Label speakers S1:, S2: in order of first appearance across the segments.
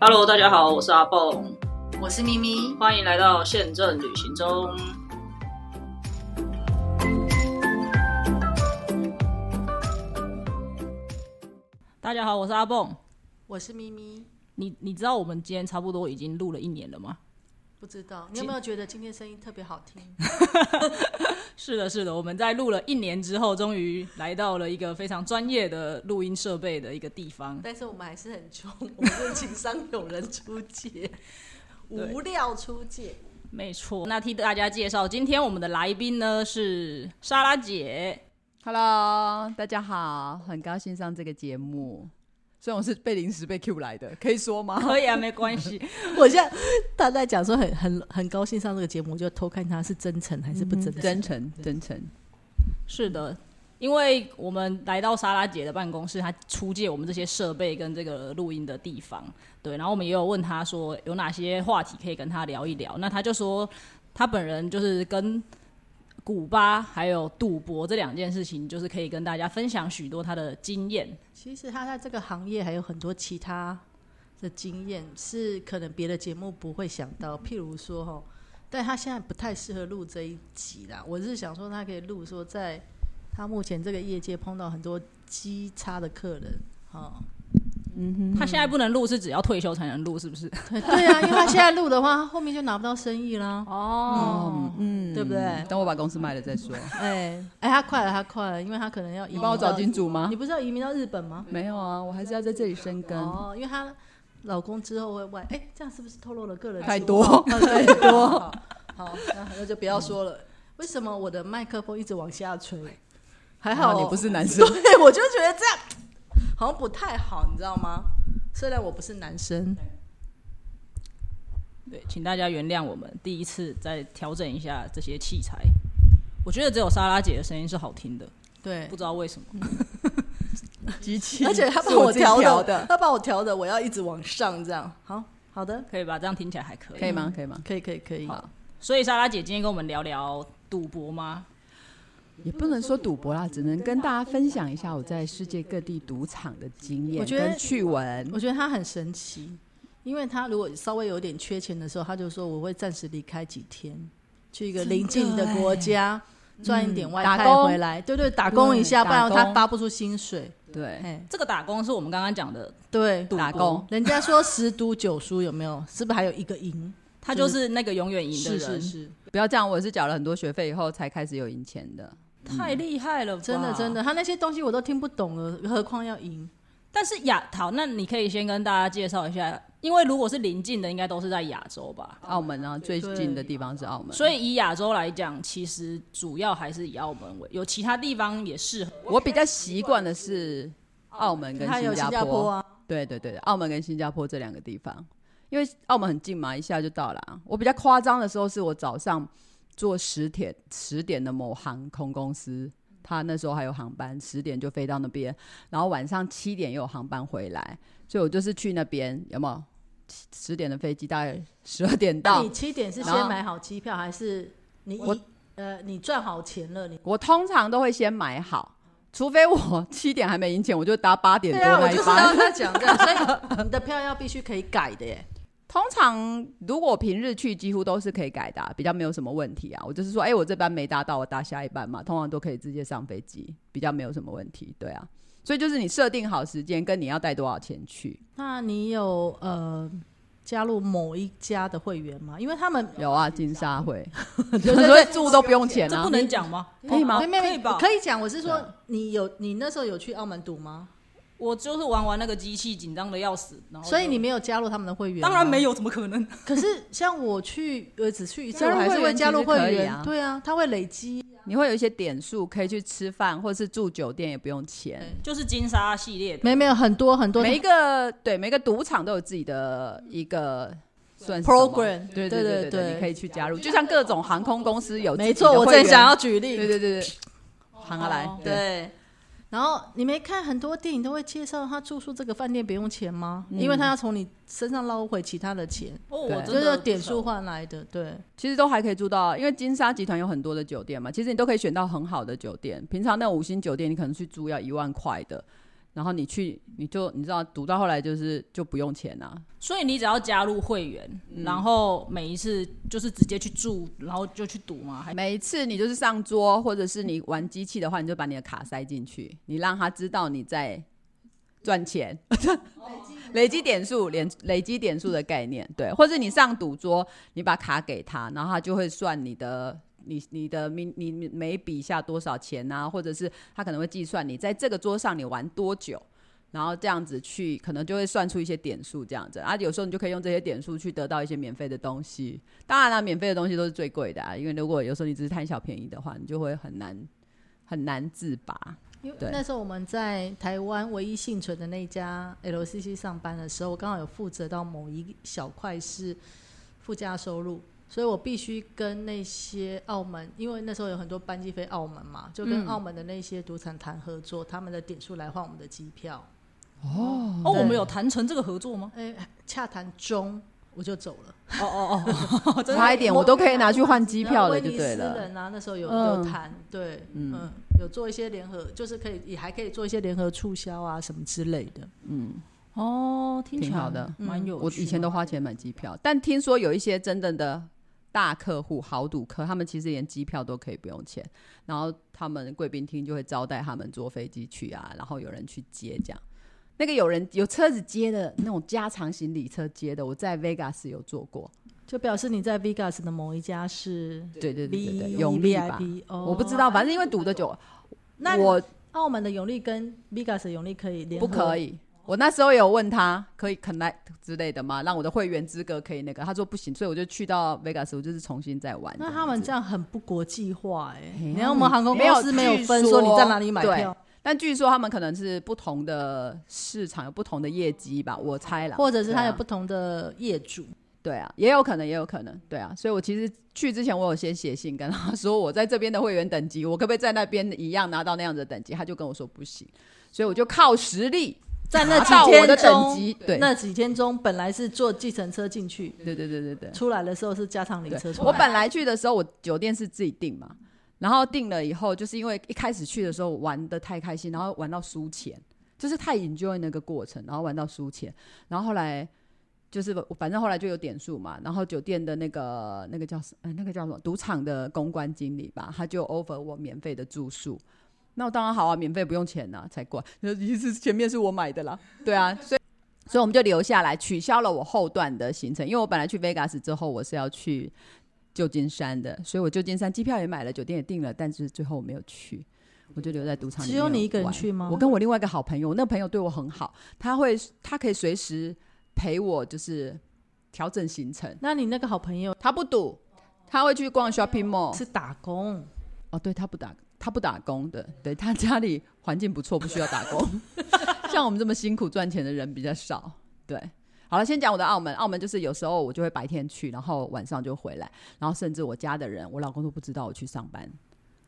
S1: Hello，大家好，我是阿蹦，
S2: 我是咪咪，
S1: 欢迎来到宪政旅行中。大家好，我是阿蹦。
S2: 我是咪咪。
S1: 你你知道我们今天差不多已经录了一年了吗？
S2: 不知道你有没有觉得今天声音特别好 听？
S1: 是的，是的，我们在录了一年之后，终于来到了一个非常专业的录音设备的一个地方。
S2: 但是我们还是很穷，我们为情商有人出 借，无料出借。
S1: 没错，那替大家介绍，今天我们的来宾呢是莎拉姐。
S3: Hello，大家好，很高兴上这个节目。虽然我是被临时被 Q 来的，可以说 吗？
S1: 可以啊，没关系。
S2: 我现在他在讲说很很很高兴上这个节目，就偷看他是真诚还是不真诚。
S3: 真诚，真诚。
S1: 是的，因为我们来到莎拉姐的办公室，她出借我们这些设备跟这个录音的地方。对，然后我们也有问她说有哪些话题可以跟她聊一聊。那她就说，她本人就是跟古巴还有赌博这两件事情，就是可以跟大家分享许多她的经验。
S2: 其实他在这个行业还有很多其他的经验，是可能别的节目不会想到，譬如说哈，但他现在不太适合录这一集啦。我是想说，他可以录说，在他目前这个业界碰到很多鸡叉的客 人，哈、
S1: 她现在不能录，是只要退休才能录，是不是？
S2: 对对啊，因为他现在录的话，后面就拿不到生意啦。
S1: 哦，
S3: 嗯
S2: 对不对
S3: 等我把公司卖了 再说。
S2: 哎哎，他快了，他快了，因为他可能要移
S3: 你
S2: 民
S3: 帮我找
S2: 到
S3: 金主吗
S2: 你？不是要移民到日本吗？
S3: 没有啊，我还是要在这里生根。
S2: 哦，因为她老公之后会外，哎，这样是不是透露了个人
S3: 太
S2: 情
S3: 多
S2: 报 哦太多。好好，那那就不要说了。为什么我的麦克风一直往下 垂？还
S3: 还
S2: 好
S3: 好你不是男生，
S2: 对，我就觉得这样好像不太好，你知道吗？虽然我不是男生，
S1: 对，请大家原谅我们第一次再调整一下这些器材。我觉得只有莎拉姐的声音是好听的，
S2: 对
S1: 不，知道为什么。
S3: 机器
S2: 而且他把
S3: 是我自己
S2: 调
S3: 调
S2: 的，，他把我调的，我要一直往上这样。好好的，
S1: 可以吧？这样听起来还
S2: 嗯
S1: 可以。
S3: 可以吗？可以吗？
S2: 可以可以可以。
S3: 好
S1: 所以莎拉姐今天跟我们聊聊赌博吗？
S3: 也不能说赌博啦，只能跟大家分享一下我在世界各地赌场的经验
S2: 我觉得
S3: 跟趣闻。
S2: 我觉得他很神奇，因为他如果稍微有点缺钱的时候，他就说我会暂时离开几天，去一个邻近的国家赚一点外
S3: 欸嗯打
S2: 快
S3: 工
S2: 回来，对对，打工一下，
S3: 对
S2: 不然
S3: 打
S2: 他
S3: 工
S2: 发不出薪水。
S3: 对，
S2: 哎，
S1: 这个打工是我们刚刚讲的，
S2: 对，
S1: 赌博
S3: 打工
S2: 人家说十赌九输有没有？是不是还有一个赢？
S1: 他就是那个永远赢的
S2: 是
S1: 人，
S2: 是是，
S3: 不要这样，我是缴了很多学费以后才开始有赢钱的。
S1: 太厉害了吧，
S2: 真的真。的，他那些东西我都听不懂了，何况要赢？
S1: 但是亚好，那你可以先跟大家介绍一下，因为如果是邻近的，应该都是在亚洲吧。
S3: 澳门啊，最近的地方是澳门，
S1: 所以以亚洲来讲，其实主要还是以澳门为，有其他地方也适合。
S3: 我比较习惯的是澳门跟
S2: 他有
S3: 新
S2: 新
S3: 加
S2: 加坡啊，
S3: 对对对，澳门跟新加坡这两个地方，因为澳门很近嘛，一下就到了啊。我比较夸张的时候，是我早上坐十点十点的某航空公司，他那时候还有航班，十点就飞到那边，然后晚上七点又有航班回来，所以我就是去那边有没有？十点的飞机大概十二点
S2: 那
S3: 到
S2: 你，七点是
S3: 然
S2: 先
S3: 后
S2: 买好机票，还是你
S3: 我
S2: 一呃你赚好钱了你？
S3: 我通常都会先买好，除非我 七点还没赢钱，我就搭八点
S2: 对
S3: 多
S2: 啊，我
S3: 那
S2: 就
S3: 一
S2: 是
S3: 班。
S2: 要他讲这样，所以你的票要必须可以改的耶。
S3: 通常如果平日去，几乎都是可以改的啊、比较没有什么问题啊。我就是说，哎、我这班没搭到，我搭下一班嘛，通常都可以直接上飞机，比较没有什么问题。对啊，所以就是你设定好时间，跟你要带多少钱去。
S2: 那你有呃加入某一家的会员吗？因为他们
S3: 有啊，金沙会，
S2: 有
S3: 所以住都不用钱
S1: 这
S3: 啊
S1: 不。能讲吗？哦
S3: 可以吗
S2: 哦没没
S1: 可以
S2: 没
S1: 吧
S2: 可以讲。我是说，你有你那时候有去澳门赌吗？
S1: 我就是玩玩那个机器，紧张的要死，然后
S2: 所以
S1: 就
S2: 你没有加入他们的会员？
S1: 哦当然没。有，怎么可能？
S2: 可是像我去，我只去一次，
S3: 加
S2: 我
S3: 入
S2: 还是
S3: 会
S2: 会
S3: 员
S2: 加
S3: 其
S2: 入
S3: 实
S2: 会
S3: 可以
S2: 员
S3: 啊。
S2: 对啊，他会累积。
S3: 你会有一些点数可以去吃饭，或是住酒店也不用钱。
S1: 就是金沙系列的，
S2: 没没有很多很多
S3: 每一个对每个赌场都有自己的一个算是什么
S2: program。对
S3: 对对对
S2: 对
S3: 对
S2: 对
S3: 你可以去加入，就像各种航空公司有自己
S2: 没
S3: 的
S2: 错，我
S3: 会
S2: 正
S3: 员
S2: 想要举例。
S3: 对对对对，行啊来
S1: 哦，
S2: 对。然后你没看很多电影都会介绍他住宿这个饭店不用钱吗？
S3: 嗯
S2: 因为他要从你身上捞回其他的钱，
S1: 哦，我真
S3: 对
S2: 就
S1: 的
S2: 是点
S1: 不熟
S2: 数换来的。对，
S3: 其实都还可以住到，因为金沙集团有很多的酒店嘛，其实你都可以选到很好的酒店。平常那种五星酒店，你可能去住要一万块的，然后你去，你就你知道，读到后来就是就不用钱啊，
S1: 所以你只要加入会员，
S3: 嗯
S1: 然后每一次就是直接去住，然后就去赌嘛，还
S3: 每一次你就是上桌，或者是你玩机器的话，你就把你的卡塞进去，你让他知道你在赚钱，累积点数，累累积点数的概念，对，或者你上赌桌，你把卡给他，然后他就会算你的。你你的你你你每笔下多少钱啊？或者是他可能会计算你在这个桌上你玩多久，然后这样子去可能就会算出一些点数这样子啊。有时候你就可以用这些点数去得到一些免费的东西，当然啦，免费的东西都是最贵的啊，因为如果有时候你只是贪小便宜的话，你就会很难很难自拔。
S2: 因为
S3: 对
S2: 那时候我们在台湾唯一幸存的那一家 LCC 上班的时候，我刚好有负责到某一小块是附加收入，所以我必须跟那些澳门，因为那时候有很多班机飞澳门嘛，就
S3: 嗯
S2: 跟澳门的那些赌场谈合作，他们的点数来换我们的机票。
S1: 哦，我们有谈成这个合作吗？
S2: 哎，洽谈中我就走了，
S1: 哦哦 哦，真的
S3: 快一点，我都可以拿去换机票了，就对
S2: 然后威尼斯
S3: 了。
S2: 人啊，那时候有
S3: 嗯
S2: 有谈，对，嗯，有做一些联合，就是可以也还可以做一些联合促销啊什么之类的。
S1: 哦，听起来
S3: 挺好的嗯
S1: 蛮有趣。
S3: 我以前都花钱买机票，但听说有一些真正的大客户、豪赌客，他们其实连机票都可以不用钱，然后他们贵宾厅就会招待他们坐飞机去啊，然后有人去接这样。那个有人有车子接的那种加长行李车接的，我在 Vegas 有坐过。
S2: 就表示你在 Vegas 的某一家是
S3: 对对对对
S2: V
S3: 对，永利吧，
S2: VIP，哦
S3: 我不知道，反正因为赌的久，
S2: 那
S3: 我
S2: 澳门的永利跟 Vegas 的永利可以联合
S3: 不可以。我那时候有问他可以 connect 之类的吗？让我的会员资格可以那个，他说不行，所以我就去到 Vegas，我就是重新再玩。
S2: 那
S3: 这
S2: 他
S3: 样
S2: 们
S3: 子
S2: 这样很不国际化哎、
S3: 嘿
S2: 你看我们航空
S3: 没有
S2: 公司没有
S3: 据
S2: 分
S3: 说
S2: 说你在哪里买票，
S3: 但据说他们可能是不同的市场有不同的业绩吧，我猜啦。
S2: 或者是
S3: 对啊
S2: 它有不同的业主。
S3: 对啊，也有可能，也有可能，对啊。所以我其实去之前，我有先写信跟他说，我在这边的会员等级，我可不可以在那边一样拿到那样子的等级？他就跟我说不行，所以我就靠实力。
S2: 在那
S3: 达
S2: 几
S3: 到我
S2: 天
S3: 的等
S2: 中
S3: 级对
S2: 那几天中本来是坐计程车进去，
S3: 对对对对对。
S2: 出来的时候是加长
S3: 对
S2: 灵车出来。
S3: 我本来去的时候，我酒店是自己订嘛，然后订了以后，就是因为一开始去的时候玩的太开心，然后玩到输钱，就是太 enjoy 那个过程，然后玩到输钱，然后后来。就是反正后来就有点数嘛，然后酒店的那个那个叫什呃那个叫什么赌场的公关经理吧，他就 offer 我免费的住宿，那我当然好啊，免费不用钱呐、才怪。 那意思是前面是我买的啦，对啊，所以所以我们就留下来，取消了我后段的行程，因为我本来去 Vegas 之后我是要去旧金山的，所以我旧金山机票也买了，酒店也订了，但是最后我没有去，我就留在赌场里
S2: 只
S3: 面
S2: 有
S3: 玩。
S2: 你一个人去吗
S3: 我跟我另外一个好朋友，我那个朋友对我很好，他会他可以随时陪我，就是调整行程。
S2: 那你那个好朋友
S3: 他不赌，他会去逛 shopping mall。
S2: 是打工，
S3: 哦，对他不打，他不打工的，对他家里环境不错，不需要打工。 像我们这么辛苦赚钱的人比较少。对，好了，先讲我的澳门。澳门就是有时候我就会白天去，然后晚上就回来，然后甚至我家的人，我老公都不知道我去上班，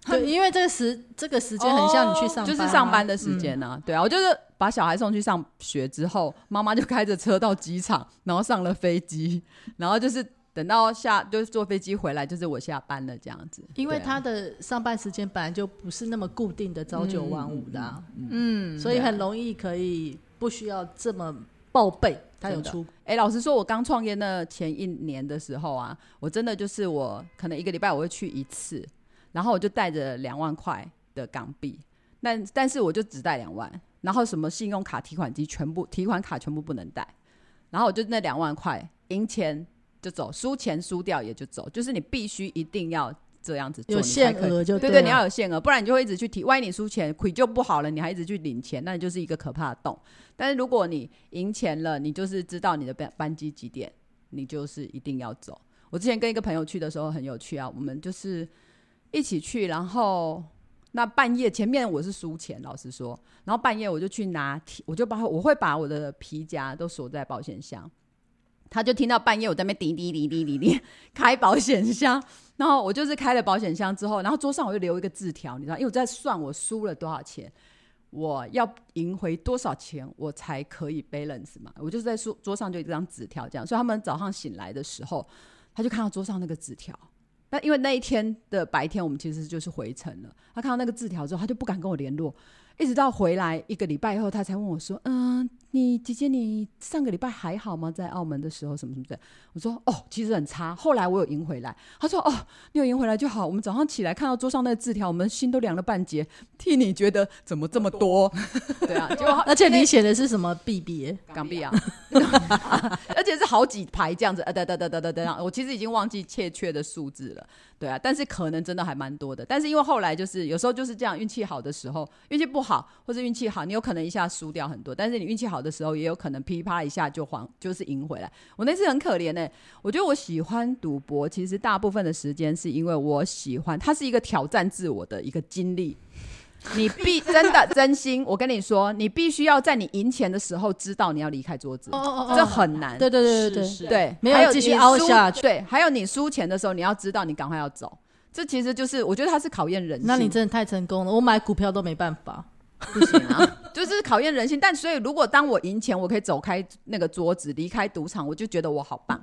S2: 对，因为这个时这个时间很像你去上班啊、
S3: 就是上班的时间啊。对啊，我就是把小孩送去上学之后，妈妈就开着车到机场，然后上了飞机，然后就是等到下就是坐飞机回来，就是我下班了这样子。
S2: 因为
S3: 对啊
S2: 他的上班时间本来就不是那么固定的朝九晚五的啊、
S1: 嗯，
S2: 所以很容易可以不需要这么报备。他有
S3: 真的
S2: 出
S3: 哎、老实说，我刚创业那前一年的时候啊，我真的就是我可能一个礼拜我会去一次，然后我就带着两万块的港币，那但是我就只带两万，然后什么信用卡、提款机全部提款卡全部不能带，然后我就那两万块赢钱就走，输钱输掉也就走，就是你必须一定要这样子做，
S2: 有限
S3: 你才可以
S2: 额就
S3: 对
S2: 对
S3: 你
S2: 了
S3: 要有限额，不然你就会一直去提。万一你输钱，亏就不好了，你还一直去领钱，那你就是一个可怕的洞。但是如果你赢钱了，你就是知道你的班班机几点，你就是一定要走。我之前跟一个朋友去的时候很有趣啊，我们就是一起去，然后那半夜前面我是输钱，老实说，然后半夜我就去拿提，我就把我会把我的皮夹都锁在保险箱。他就听到半夜我在那边滴滴滴滴滴滴 开保险箱，然后我就是开了保险箱之后，然后桌上我就留一个字条，你知道，因为我在算我输了多少钱，我要赢回多少钱我才可以 balance 嘛。我就是在桌桌上就一张纸条这样，所以他们早上醒来的时候，他就看到桌上那个纸条。那因为那一天的白天我们其实就是回程了，他看到那个字条之后，他就不敢跟我联络。一直到回来一个礼拜以后，他才问我说：“嗯，你姐姐，你上个礼拜还好吗？在澳门的时候什么什么的？”我说：“哦，其实很差。”后来我有赢回来，他说：“哦，你有赢回来就好。我们早上起来看到桌上那个字条，我们心都凉了半截，替你觉得怎么这么多？ 对啊，结果
S2: 而且你写的是什么 B B？
S3: 港币啊，而且是好几排这样子，呃，等等等等等等，我其实已经忘记确切的数字了，对啊，但是可能真的还蛮多的，但是因为后来就是有时候就是这样，运气好的时候，运气不好或者运气好，你有可能一下输掉很多，但是你运气好的时候，也有可能噼啪一下就还就是赢回来。我那次很可怜呢、我觉得我喜欢赌博，其实大部分的时间是因为我喜欢，它是一个挑战自我的一个经历。你必真的真心，我跟你说，你必须要在你赢钱的时候知道你要离开桌子，
S2: 哦
S3: 这很难。
S2: 对对对对
S1: 是
S2: 对
S1: 是
S3: 对，
S2: 没有
S3: 还有
S2: 继续
S3: 你
S2: 凹
S3: 输
S2: 下去
S3: 对，还有你输钱的时候，你要知道你赶快要走。这其实就是我觉得它是考验人性。
S2: 那你真的太成功了，我买股票都没办法。
S3: 不行啊， 就是考验人性。但所以，如果当我赢钱，我可以走开那个桌子，离开赌场，我就觉得我好棒，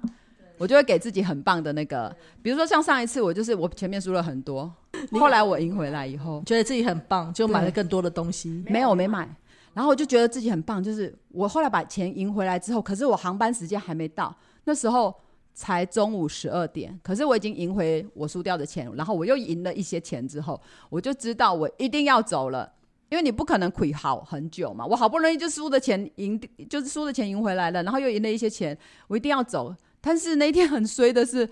S3: 我就会给自己很棒的那个。比如说像上一次，我就是我前面输了很多，后来我赢回来以后，
S2: 觉得自己很棒，就买了
S3: 对
S2: 更多的东西。
S3: 没有我没买，然后我就觉得自己很棒，就是我后来把钱赢回来之后，可是我航班时间还没到，那时候才中午十二点，可是我已经赢回我输掉的钱，然后我又赢了一些钱之后，我就知道我一定要走了。因为你不可能亏好很久嘛，我好不容易就输的钱赢，就是输的钱赢回来了，然后又赢了一些钱，我一定要走。但是那一天很衰的是，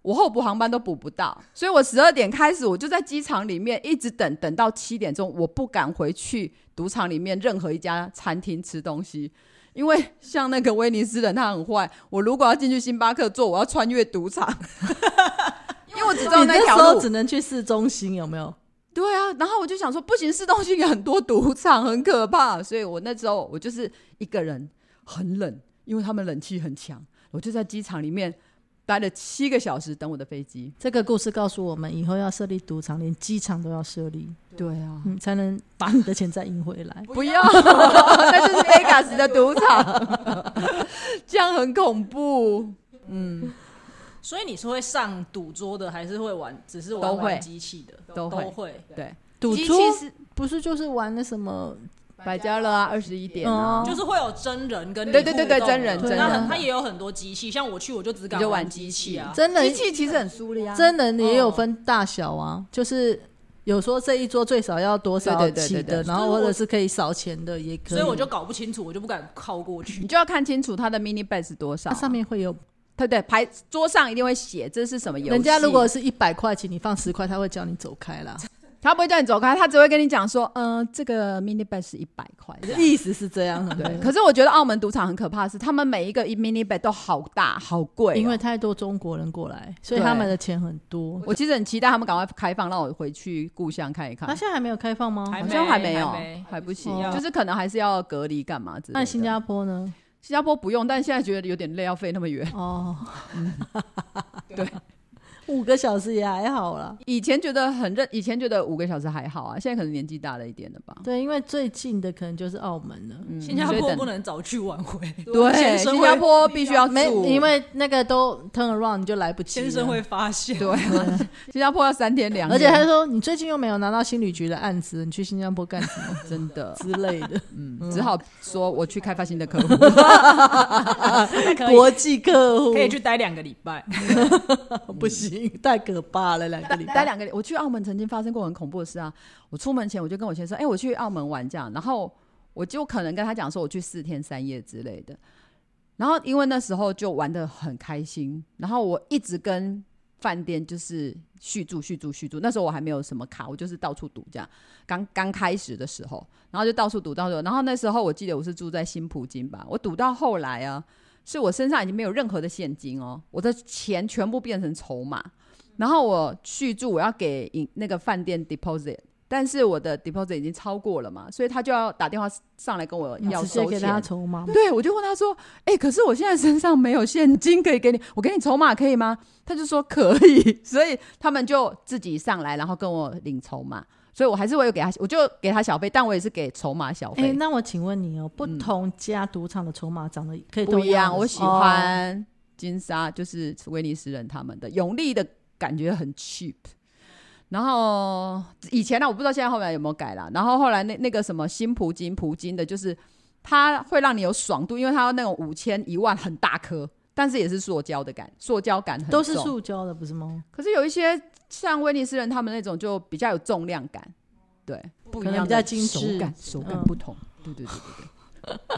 S3: 我候补航班都补不到， 所以我十二点开始，我就在机场里面一直等，等到七点钟，我不敢回去赌场里面任何一家餐厅吃东西，因为像那个威尼斯人他很坏，我如果要进去星巴克坐，我要穿越赌场， 因为我只知道
S2: 你那
S3: 那条
S2: 时候
S3: 路
S2: 只能去市中心，有没有？
S3: 对啊，然后我就想说，不行，市中心有很多赌场，很可怕，所以我那时候我就是一个人，很冷，因为他们冷气很强，我就在机场里面待了七个小时等我的飞机。
S2: 这个故事告诉我们，以后要设立赌场，连机场都要设立，
S3: 对啊，
S2: 嗯，才能把你的钱再赢回来。
S3: 不要， 那就是 Vegas 的赌场， 这样很恐怖。
S1: 所以你是会上赌桌的，还是会玩？只是玩
S3: 都会
S1: 玩机器的，
S3: 都会
S1: 都会。
S3: 对，
S2: 赌
S3: 机
S2: 桌
S3: 器是
S2: 不是就是玩那什么？
S3: 百家乐啊，二十一点啊
S2: 哦，
S1: 就是会有真人跟你
S3: 对对对对
S1: 互动的
S3: 真人
S2: 真人
S1: 那很他也有很很多机器，像我去我就只敢
S3: 你就玩
S1: 玩
S3: 机器
S1: 器啊，
S2: 真的
S3: 机器其实很输力啊。
S2: 真人也有分大小啊，就是有说这一桌最少要多少
S3: 对对对
S2: 起
S3: 对对
S2: 的，然后
S1: 就是我
S2: 或者是可以少钱的也可
S1: 所
S2: 以。
S1: 以我就搞不清楚，我就不敢靠过去
S3: 你。就要看清楚它的 mini bet 是多少
S2: 它
S3: 啊，
S2: 上面会有，
S3: 对对，牌桌上一定会写这是什么游戏。
S2: 人家如果是一百块，请你放十块，他会叫你走开 啦。
S3: 他不会叫你走开，他只会跟你讲说，嗯、这个 mini bet 是一百块。这样
S2: 意思是这样，
S3: 对，哦可是我觉得澳门赌场很可怕的是，他们每一个 mini bet 都好大好贵哦、
S2: 因为太多中国人过来，所以
S3: 对
S2: 他们的钱很多。
S3: 我其实很期待他们赶快开放，让我回去故乡看一看
S2: 那。现在还没有开放吗？
S1: 还
S3: 好
S1: 没
S3: 像还没有，
S1: 还没
S3: 还不行，
S2: 哦
S3: 就是可能还是要隔离干嘛之类的。
S2: 那新加坡呢？
S3: 新加坡不用，但现在觉得有点累，要飞那么远。
S2: 哦，
S3: 嗯 对，
S2: 五个小时也还好啦。
S3: 以前觉得很认，以前觉得五个小时还好啊，现在可能年纪大了一点了吧。
S2: 对，因为最近的可能就是澳门了。
S3: 嗯
S1: 新加
S3: 所以
S1: 坡
S3: 等
S1: 不能早去晚回，
S3: 对，
S1: 先生
S3: 新
S1: 会
S3: 加坡必须要
S2: 没，
S3: 住
S2: 因为那个都 turn around 你就来不及了。
S1: 先生会发现。
S3: 对啊，新加坡要三天两夜，
S2: 而且他说你最近又没有拿到新旅局的案子，你去新加坡干什么
S3: 真的
S2: 之类的？
S3: 嗯，只好说我去开发新的客户。
S1: 可以
S2: 国际客户
S1: 可以去待两个礼拜，
S2: 不行，太可怕了，两个礼
S3: 待
S2: 拜。
S3: 两个礼，我去澳门曾经发生过很恐怖的事啊！我出门前我就跟我先生，哎、我去澳门玩这样，然后我就可能跟他讲说我去四天三夜之类的。然后因为那时候就玩的很开心，然后我一直跟饭店就是续住续住续住。那时候我还没有什么卡，我就是到处赌这样。刚刚开始的时候，然后就到处赌到处赌，然后那时候我记得我是住在新葡京吧，我赌到后来啊，是我身上已经没有任何的现金哦，我的钱全部变成筹码。然后我续住，我要给银那个饭店 deposit，但是我的 deposit 已经超过了嘛，所以他就要打电话上来跟我
S2: 你
S3: 要
S2: 直接
S3: 收
S2: 给
S3: 钱
S2: 他。筹码，
S3: 对，我就问他说：“哎、可是我现在身上没有现金可以给你，我给你筹码可以吗？”他就说可以， 所以他们就自己上来，然后跟我领筹码，所以我还是会有给他，我就给他小费，但我也是给筹码小
S2: 哎、
S3: 费，
S2: 那我请问你哦，不同家赌场的筹码长得可以
S3: 嗯不
S2: 都
S3: 一样。
S2: 的
S3: 我喜
S2: 哦
S3: 欢金沙，就是威尼斯人他们的永利的感觉很 cheap。然后以前呢、我不知道现在后来有没有改啦。然后后来那那个什么新葡京葡京的，就是它会让你有爽度，因为它那种五千一万很大颗，但是也是塑胶的感，塑胶感很重。
S2: 都是塑胶的，不是吗？
S3: 可是有一些像威尼斯人他们那种就比较有重量感，对，不
S2: 可
S3: 一
S2: 能
S3: 样
S2: 比较
S3: 的
S2: 精
S3: 手
S2: 致
S3: 感手感
S2: 嗯
S3: 不同，对对对对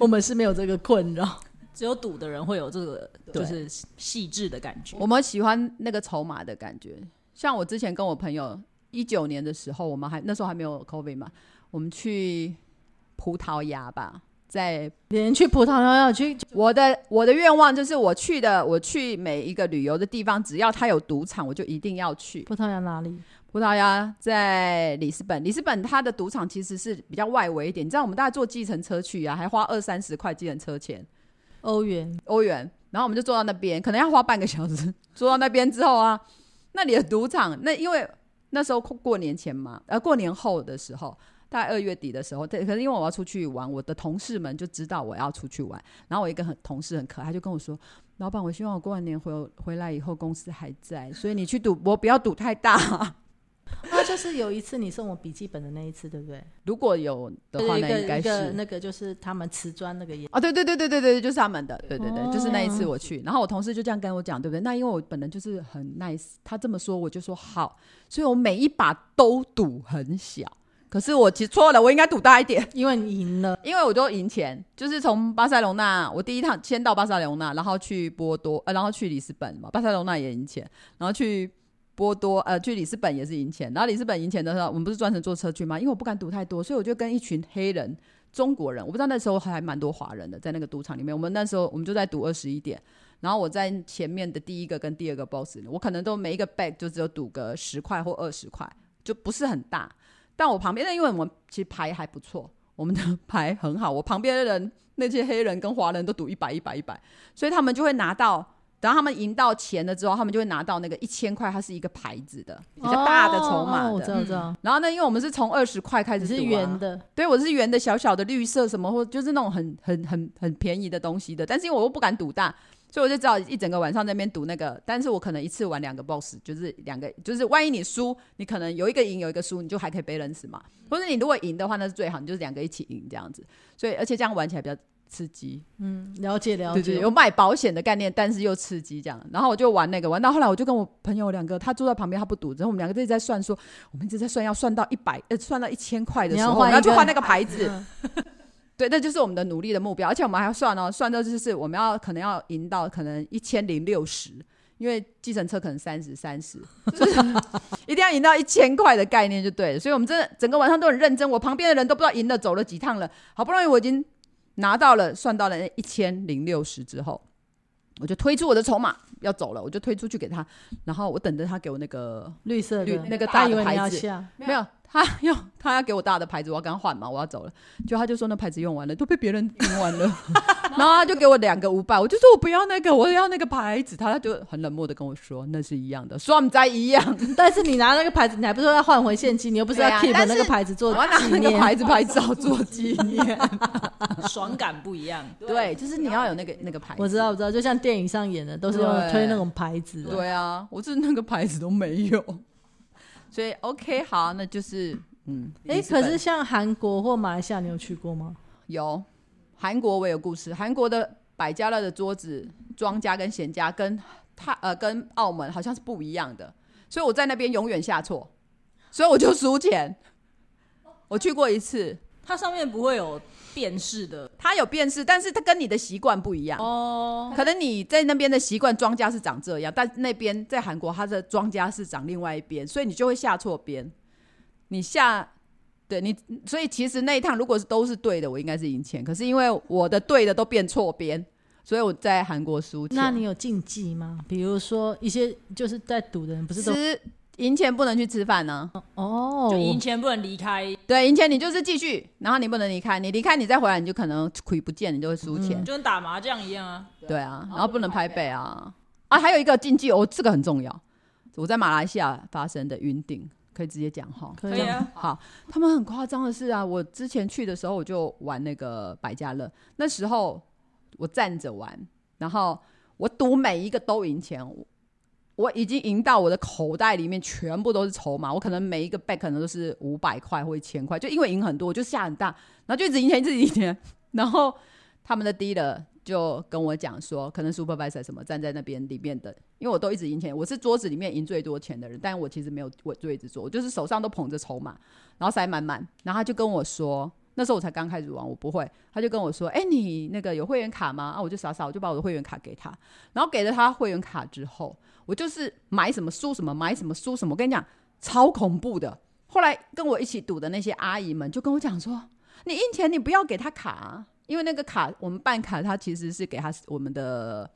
S2: 我们是没有这个困扰。
S1: 只有赌的人会有这个
S3: 对
S1: 就是细致的感觉
S3: 对，。我们喜欢那个筹码的感觉。像我之前跟我朋友一九年的时候，我们还那时候还没有 COVID 嘛，我们去葡萄牙吧，在
S2: 连去葡萄牙要去，
S3: 我的我的愿望就是我去的我去每一个旅游的地方，只要它有赌场，我就一定要去。
S2: 葡萄牙哪里？
S3: 葡萄牙在里斯本，里斯本它的赌场其实是比较外围一点。你知道我们大家坐计程车去啊，还花二三十块计程车钱
S2: 欧 元
S3: 欧元，然后我们就坐到那边，可能要花半个小时。坐到那边之后啊，那里的赌场，那因为那时候过过年前嘛，呃，过年后的时候，大概二月底的时候，对，可是因为我要出去玩，我的同事们就知道我要出去玩，然后我一个很同事很可爱，他就跟我说。老板，我希望我过完年回回来以后公司还在，所以你去赌博不要赌太大。
S2: 那啊就是有一次你送我笔记本的那一次，对不对？
S3: 如果有的
S2: 就
S3: 话，
S2: 是一
S3: 那
S2: 个
S3: 应该
S2: 一个
S3: 是
S2: 那个就是他们瓷砖那个也
S3: 哦，对对对对对对，就是他们的，对对对，就是那一次
S2: 哦
S3: 我去，然后我同事就这样跟我讲，对不对？那因为我本人就是很 nice，他这么说我就说好，所以我每一把都赌很小，可是我其实错了，我应该赌大一点，
S2: 因为你赢了，
S3: 因为我都赢钱，就是从巴塞隆纳，我第一趟先到巴塞隆纳，然后去波多，呃，然后去里斯本嘛，巴塞隆纳也赢钱，然后去。波多呃，去里斯本也是赢钱，然后里斯本赢钱的时候，我们不是专程坐车去吗？因为我不敢赌太多，所以我就跟一群黑人中国人，我不知道那时候还蛮多华人的，在那个赌场里面。我们那时候我们就在赌二十一点，然后我在前面的第一个跟第二个 boss，我可能都每一个 bag 就只有赌个十块或二十块，就不是很大。但我旁边，因为我们其实牌还不错，我们的牌很好，我旁边的人那些黑人跟华人都赌一百一百一百，所以他们就会拿到。然后他们赢到钱了之后，他们就会拿到那个一千块，它是一个牌子的比较大的筹码
S2: 哦我知
S3: 的。
S2: 道，我知道，
S3: 然后呢，因为我们是从二十块开
S2: 只
S3: 始赌、啊，
S2: 是圆的，
S3: 对，我是圆的、小小的、绿色什么，或就是那种很很很很便宜的东西的。但是因为我又不敢赌大，所以我就只好一整个晚上在那边赌那个。但是我可能一次玩两个 boss，就是两个，就是万一你输，你可能有一个赢，有一个输，你就还可以 balance 嘛。或者你如果赢的话，那是最好，你就是两个一起赢这样子。所以而且这样玩起来比较刺激，
S2: 嗯，了解了
S3: 对对，
S2: 解。
S3: 有买保险的概念，但是又刺激这样。然后我就玩那个，玩到后来我就跟我朋友两个，他坐在旁边，他不赌，然后我们两个就一直在算说，我们一直在算要算到一百，呃，算到一千块的
S2: 你
S3: 时
S2: 要
S3: 候，
S2: 换
S3: 然后
S2: 一
S3: 就
S2: 个
S3: 换那个牌子。
S2: 嗯
S3: 对，那就是我们的努力的目标，而且我们还要算哦，算到就是我们要可能要赢到可能一千零六十，因为计程车可能三十三十，就是 一定要赢到一千块的概念就对了。所以我们真的整个晚上都很认真，我旁边的人都不知道赢了走了几趟了，好不容易我已经拿到了算到了一千零六十之后，我就推出我的筹码要走了，我就推出去给他，然后我等着他给我那个
S2: 绿色
S3: 绿
S2: 的
S3: 那个
S2: 他
S3: 大
S2: 以
S3: 的
S2: 为你
S3: 牌
S2: 要
S3: 子，
S2: 下，
S3: 没有，他用他要给 我大的牌子，我要跟他换嘛，我要走了。就他就说那牌子用完了，都被别人用 完了。然后他就给我两个五百，我就说我不要那个，我要那个牌子。他就很冷漠的跟我说那是一样的，说我们在一样，
S2: 但是你拿那个牌子，你还不是说要换回现金？你又不是要
S3: 对啊
S2: keep
S3: 但
S2: 那
S3: 是
S2: 个牌子做
S3: 我要拿
S2: 纪
S3: 那个
S2: 念？
S3: 牌子拍照做纪念。
S1: 爽感不一样。
S3: 对，就是你要有那个那个牌子。
S2: 我知道，我知道，就像电影上演的，都是用
S3: 对
S2: 推那种牌子的。
S3: 对啊，我是那个牌子都没有，所以 OK 好，那就是嗯，
S2: 哎，
S3: 里斯本
S2: 可是像韩国或马来西亚，你有去过吗？
S3: 有韩国，我有故事。韩国的百家乐的桌子庄家跟闲家跟泰呃跟澳门好像是不一样的，所以我在那边永远下错，所以我就输钱。我去过一次，
S1: 它上面不会有辨识的
S3: 它有辨识，但是它跟你的习惯不一样。
S1: 哦，
S3: 可能你在那边的习惯，庄家是长这样，但那边在韩国，它的庄家是长另外一边，所以你就会下错边。你下，对你，所以其实那一趟如果是都是对的，我应该是赢钱。可是因为我的对的都变错边，所以我在韩国输钱。
S2: 那你有禁忌吗？比如说一些就是在赌的人，不是都
S3: 吃赢钱不能去吃饭呢、
S2: 哦
S1: 就赢钱不能离开，
S3: 对，赢钱你就是继续，然后你不能离开，你离开你再回来，你就可能亏不见，你就会输钱。
S1: 就跟打麻将一样啊。
S3: 对啊，然后不能拍背啊啊！还有一个禁忌哦，这个很重要，我在马来西亚发生的云顶可以直接讲哈。
S2: 可
S1: 可
S2: 以
S1: 以
S2: 啊
S1: 啊，
S3: 好，他们很夸张的是啊，我之前去的时候我就玩那个百家乐，那时候我站着玩，然后我赌每一个都赢钱，我我已经赢到我的口袋里面全部都是筹码，我可能每一个 bet 可能都是五百块或一千块，就因为赢很多，我就下很大，然后就一直赢钱，一直赢钱。然后他们的 dealer 就跟我讲说，可能 supervisor 什么站在那边里面的，因为我都一直赢钱，我是桌子里面赢最多钱的人，但我其实没有我就一直做，我就是手上都捧着筹码，然后塞满满。然后他就跟我说，那时候我才刚开始玩，我不会，他就跟我说，哎、你那个有会员卡吗？啊，我就傻傻，我就把我的会员卡给他，然后给了他会员卡之后，我就是买什么输什么，买什么输什么，我跟你讲，超恐怖的。后来跟我一起赌的那些阿姨们就跟我讲说，你印钱你不要给他卡、啊，因为那个卡我们办卡，它其实是给他我们的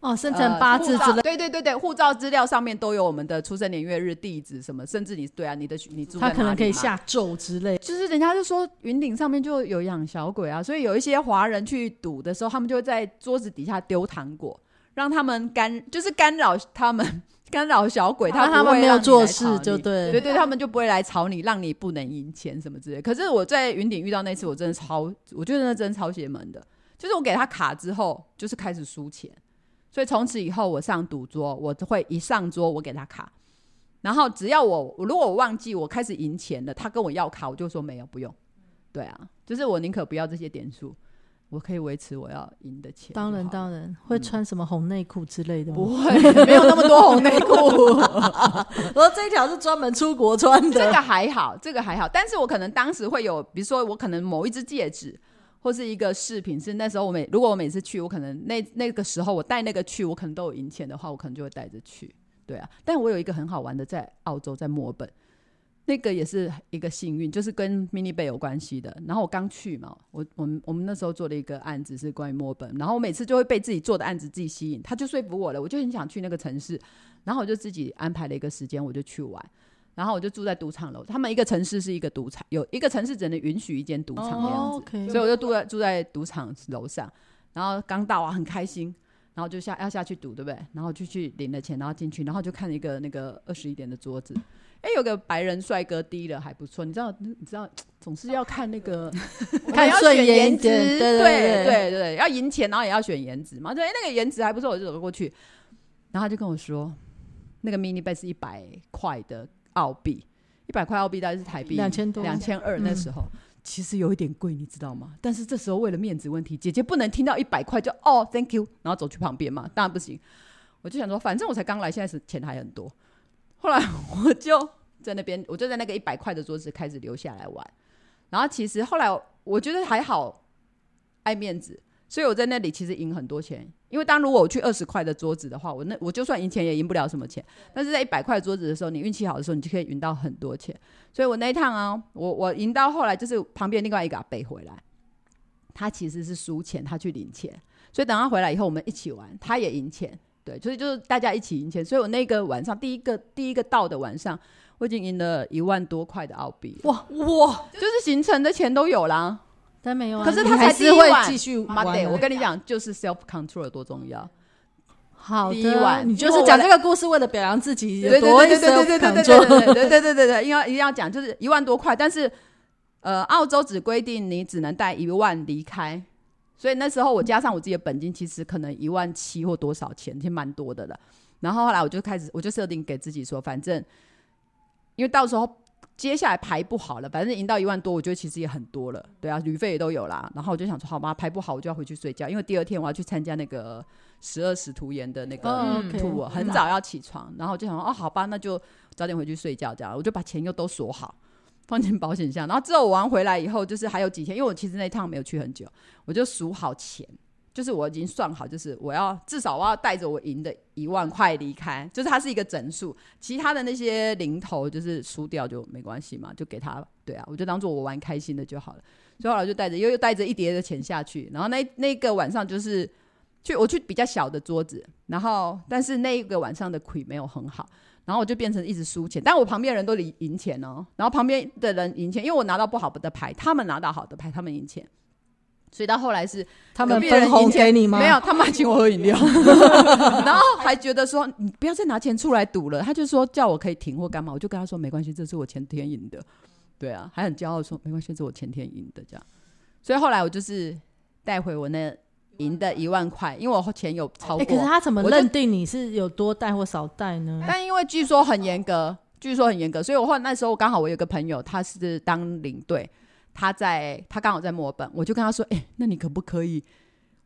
S2: 哦，生辰八字之类
S3: 类。对对对对，护照资料上面都有我们的出生年月日、地址什么，甚至你对啊，你的你住在
S2: 他可
S3: 哪
S2: 能
S3: 里
S2: 可以
S3: 嘛
S2: 下咒之类。
S3: 就是人家就说云顶上面就有养小鬼啊，所以有一些华人去赌的时候，他们就会在桌子底下丢糖果，让他们干，就是干扰他们， 干扰小鬼，
S2: 那啊
S3: 他
S2: 他
S3: 不
S2: 们
S3: 会
S2: 没
S3: 让
S2: 有
S3: 你
S2: 做
S3: 来
S2: 事
S3: 吵
S2: 就
S3: 你
S2: 对
S3: 对对，他们就不会来吵你，让你不能赢钱什么之类的。可是我在云顶遇到那次，我真的超，我觉得那真的超邪门的，就是我给他卡之后，就是开始输钱，所以从此以后我上赌桌，我会一上桌我给他卡，然后只要我如果我忘记我开始赢钱了，他跟我要卡，我就说没有不用，对啊，就是我宁可不要这些点数，我可以维持我要赢的钱就好
S2: 当
S3: 了，
S2: 然当然会穿什么红内裤之类的吗？
S3: 不会 没有那么多红内裤。
S2: 然后这一条是专门出国穿
S3: 这
S2: 的，
S3: 个还好，这个还好，但是我可能当时会有，比如说我可能某一只戒指。或是一个饰品，是那时候我每如果我每次去，我可能那那个时候我带那个去，我可能都有赢钱的话，我可能就会带着去，对啊。但我有一个很好玩的，在澳洲，在墨尔本，那个也是一个幸运，就是跟 mini 贝有关系的。然后我刚去嘛，我我们我们那时候做了一个案子是关于墨尔本，然后我每次就会被自己做的案子自己吸引，他就说服我了，我就很想去那个城市，然后我就自己安排了一个时间，我就去玩。然后我就住在赌场楼，他们一个城市是一个赌场，有一个城市只能允许一间赌场的样
S2: 哦
S3: 子，
S2: ，OK
S3: 所以我就住在住在赌场楼上。然后刚到啊，很开心，然后就下要下去赌，对不对？然后就去领了钱，然后进去，然后就看一个那个二十一点的桌子，哎，有个白人帅哥低了还不错，你知道，你知道，总是要看那 个
S2: 看
S3: 要
S2: 顺
S3: 选
S2: 眼
S3: 颜
S2: 一
S3: 值，
S2: 点
S3: 对
S2: 对对对
S3: 对对要赢钱，然后也要选颜值嘛。对，那个颜值还不错，我就走过去，然后他就跟我说，那个 mini bet 是一百块的澳币，一百块澳币大概是台币
S2: 2000多
S3: 两千嗯二那时候。其实有一点贵，你知道吗？但是这时候为了面子问题，姐姐不能听到一百块就哦，thank you，然后走去旁边嘛，当然不行。我就想说，反正我才刚来，现在是钱还很多。后来我就在那边，我就在那个一百块的桌子开始留下来玩。然后其实后来我觉得还好，爱面子，所以我在那里其实赢很多钱。因为当如果我去二十块的桌子的话，我那我就算赢钱也赢不了什么钱。但是在一百块桌子的时候，你运气好的时候，你就可以赢到很多钱。所以我那一趟啊，我我赢到后来就是旁边另外一个阿伯回来，他其实是输钱，他去领钱。所以等他回来以后，我们一起玩，他也赢钱。对，所以就是大家一起赢钱。所以我那个晚上，第一个第一个到的晚上，我已经赢了一万多块的澳币了，
S1: 哇哇，
S3: 就是行程的钱都有啦。
S2: 但没有啊。
S3: 可是
S2: 你
S3: 他才
S2: 还
S3: 第一
S2: 是会
S3: 晚
S2: 继续
S3: 妈
S2: 玩
S3: 的，
S2: 啊。
S3: 我跟你讲，就是 self control 有多重要。
S2: 好
S3: 第一晚
S2: 的，你就
S3: 因为
S2: 是
S3: 我
S2: 讲
S3: 来
S2: 这个故事为了表扬自己
S3: 对对对对对对对对对对对对对对
S2: 有多
S3: 对对
S2: 会 self control
S3: 对对对，应该一定要讲，就是一万多块，但是呃，澳洲只规定你只能带一万离开，所以那时候我加上我自己的本金，其实可能一万七或多少钱，其实蛮多的了。然后后来我就开始，我就设定给自己说，反正因为到时候接下来排不好了，反正赢到一万多，我觉得其实也很多了，对啊，旅费也都有啦。然后我就想说，好吧，排不好我就要回去睡觉，因为第二天我要去参加那个十二使徒岩的那个
S2: 哦，OK
S3: 吐我很早要起床，然后我就想说哦，好吧，那就早点回去睡觉，这样我就把钱又都锁好，放进保险箱。然后之后我玩回来以后，就是还有几天，因为我其实那趟没有去很久，我就数好钱，就是我已经算好，就是我要至少我要带着我赢的一万块离开，就是它是一个整数，其他的那些零头就是输掉就没关系嘛，就给他，对啊，我就当做我玩开心的就好了。所以后来我就带着又又带着一叠的钱下去，然后那那个晚上就是去我去比较小的桌子，然后但是那一个晚上的亏没有很好，然后我就变成一直输钱，但我旁边的人都赢赢钱哦，然后旁边的人赢钱，因为我拿到不好的牌，他们拿到好的牌，他们赢钱，所以到后来是
S2: 他们
S3: 隔壁的人
S2: 分红
S3: 赢钱
S2: 给你吗？
S3: 没有，他们还请我喝 饮料，然后还觉得说你不要再拿钱出来赌了，他就说叫我可以停或干嘛，我就跟他说没关系，这是我前天赢的，对啊，还很骄傲地说没关系，这是我前天赢的这样，所以后来我就是带回我那赢的一万块，因为我钱有超
S2: 哎、
S3: 过。
S2: 可是他怎么
S3: 我就
S2: 认定你是有多带或少带呢？
S3: 但因为据说很严格，据说很严格，所以我后来那时候刚好我有个朋友，他是当领队，他在他刚好在墨尔本，我就跟他说，哎、那你可不可以？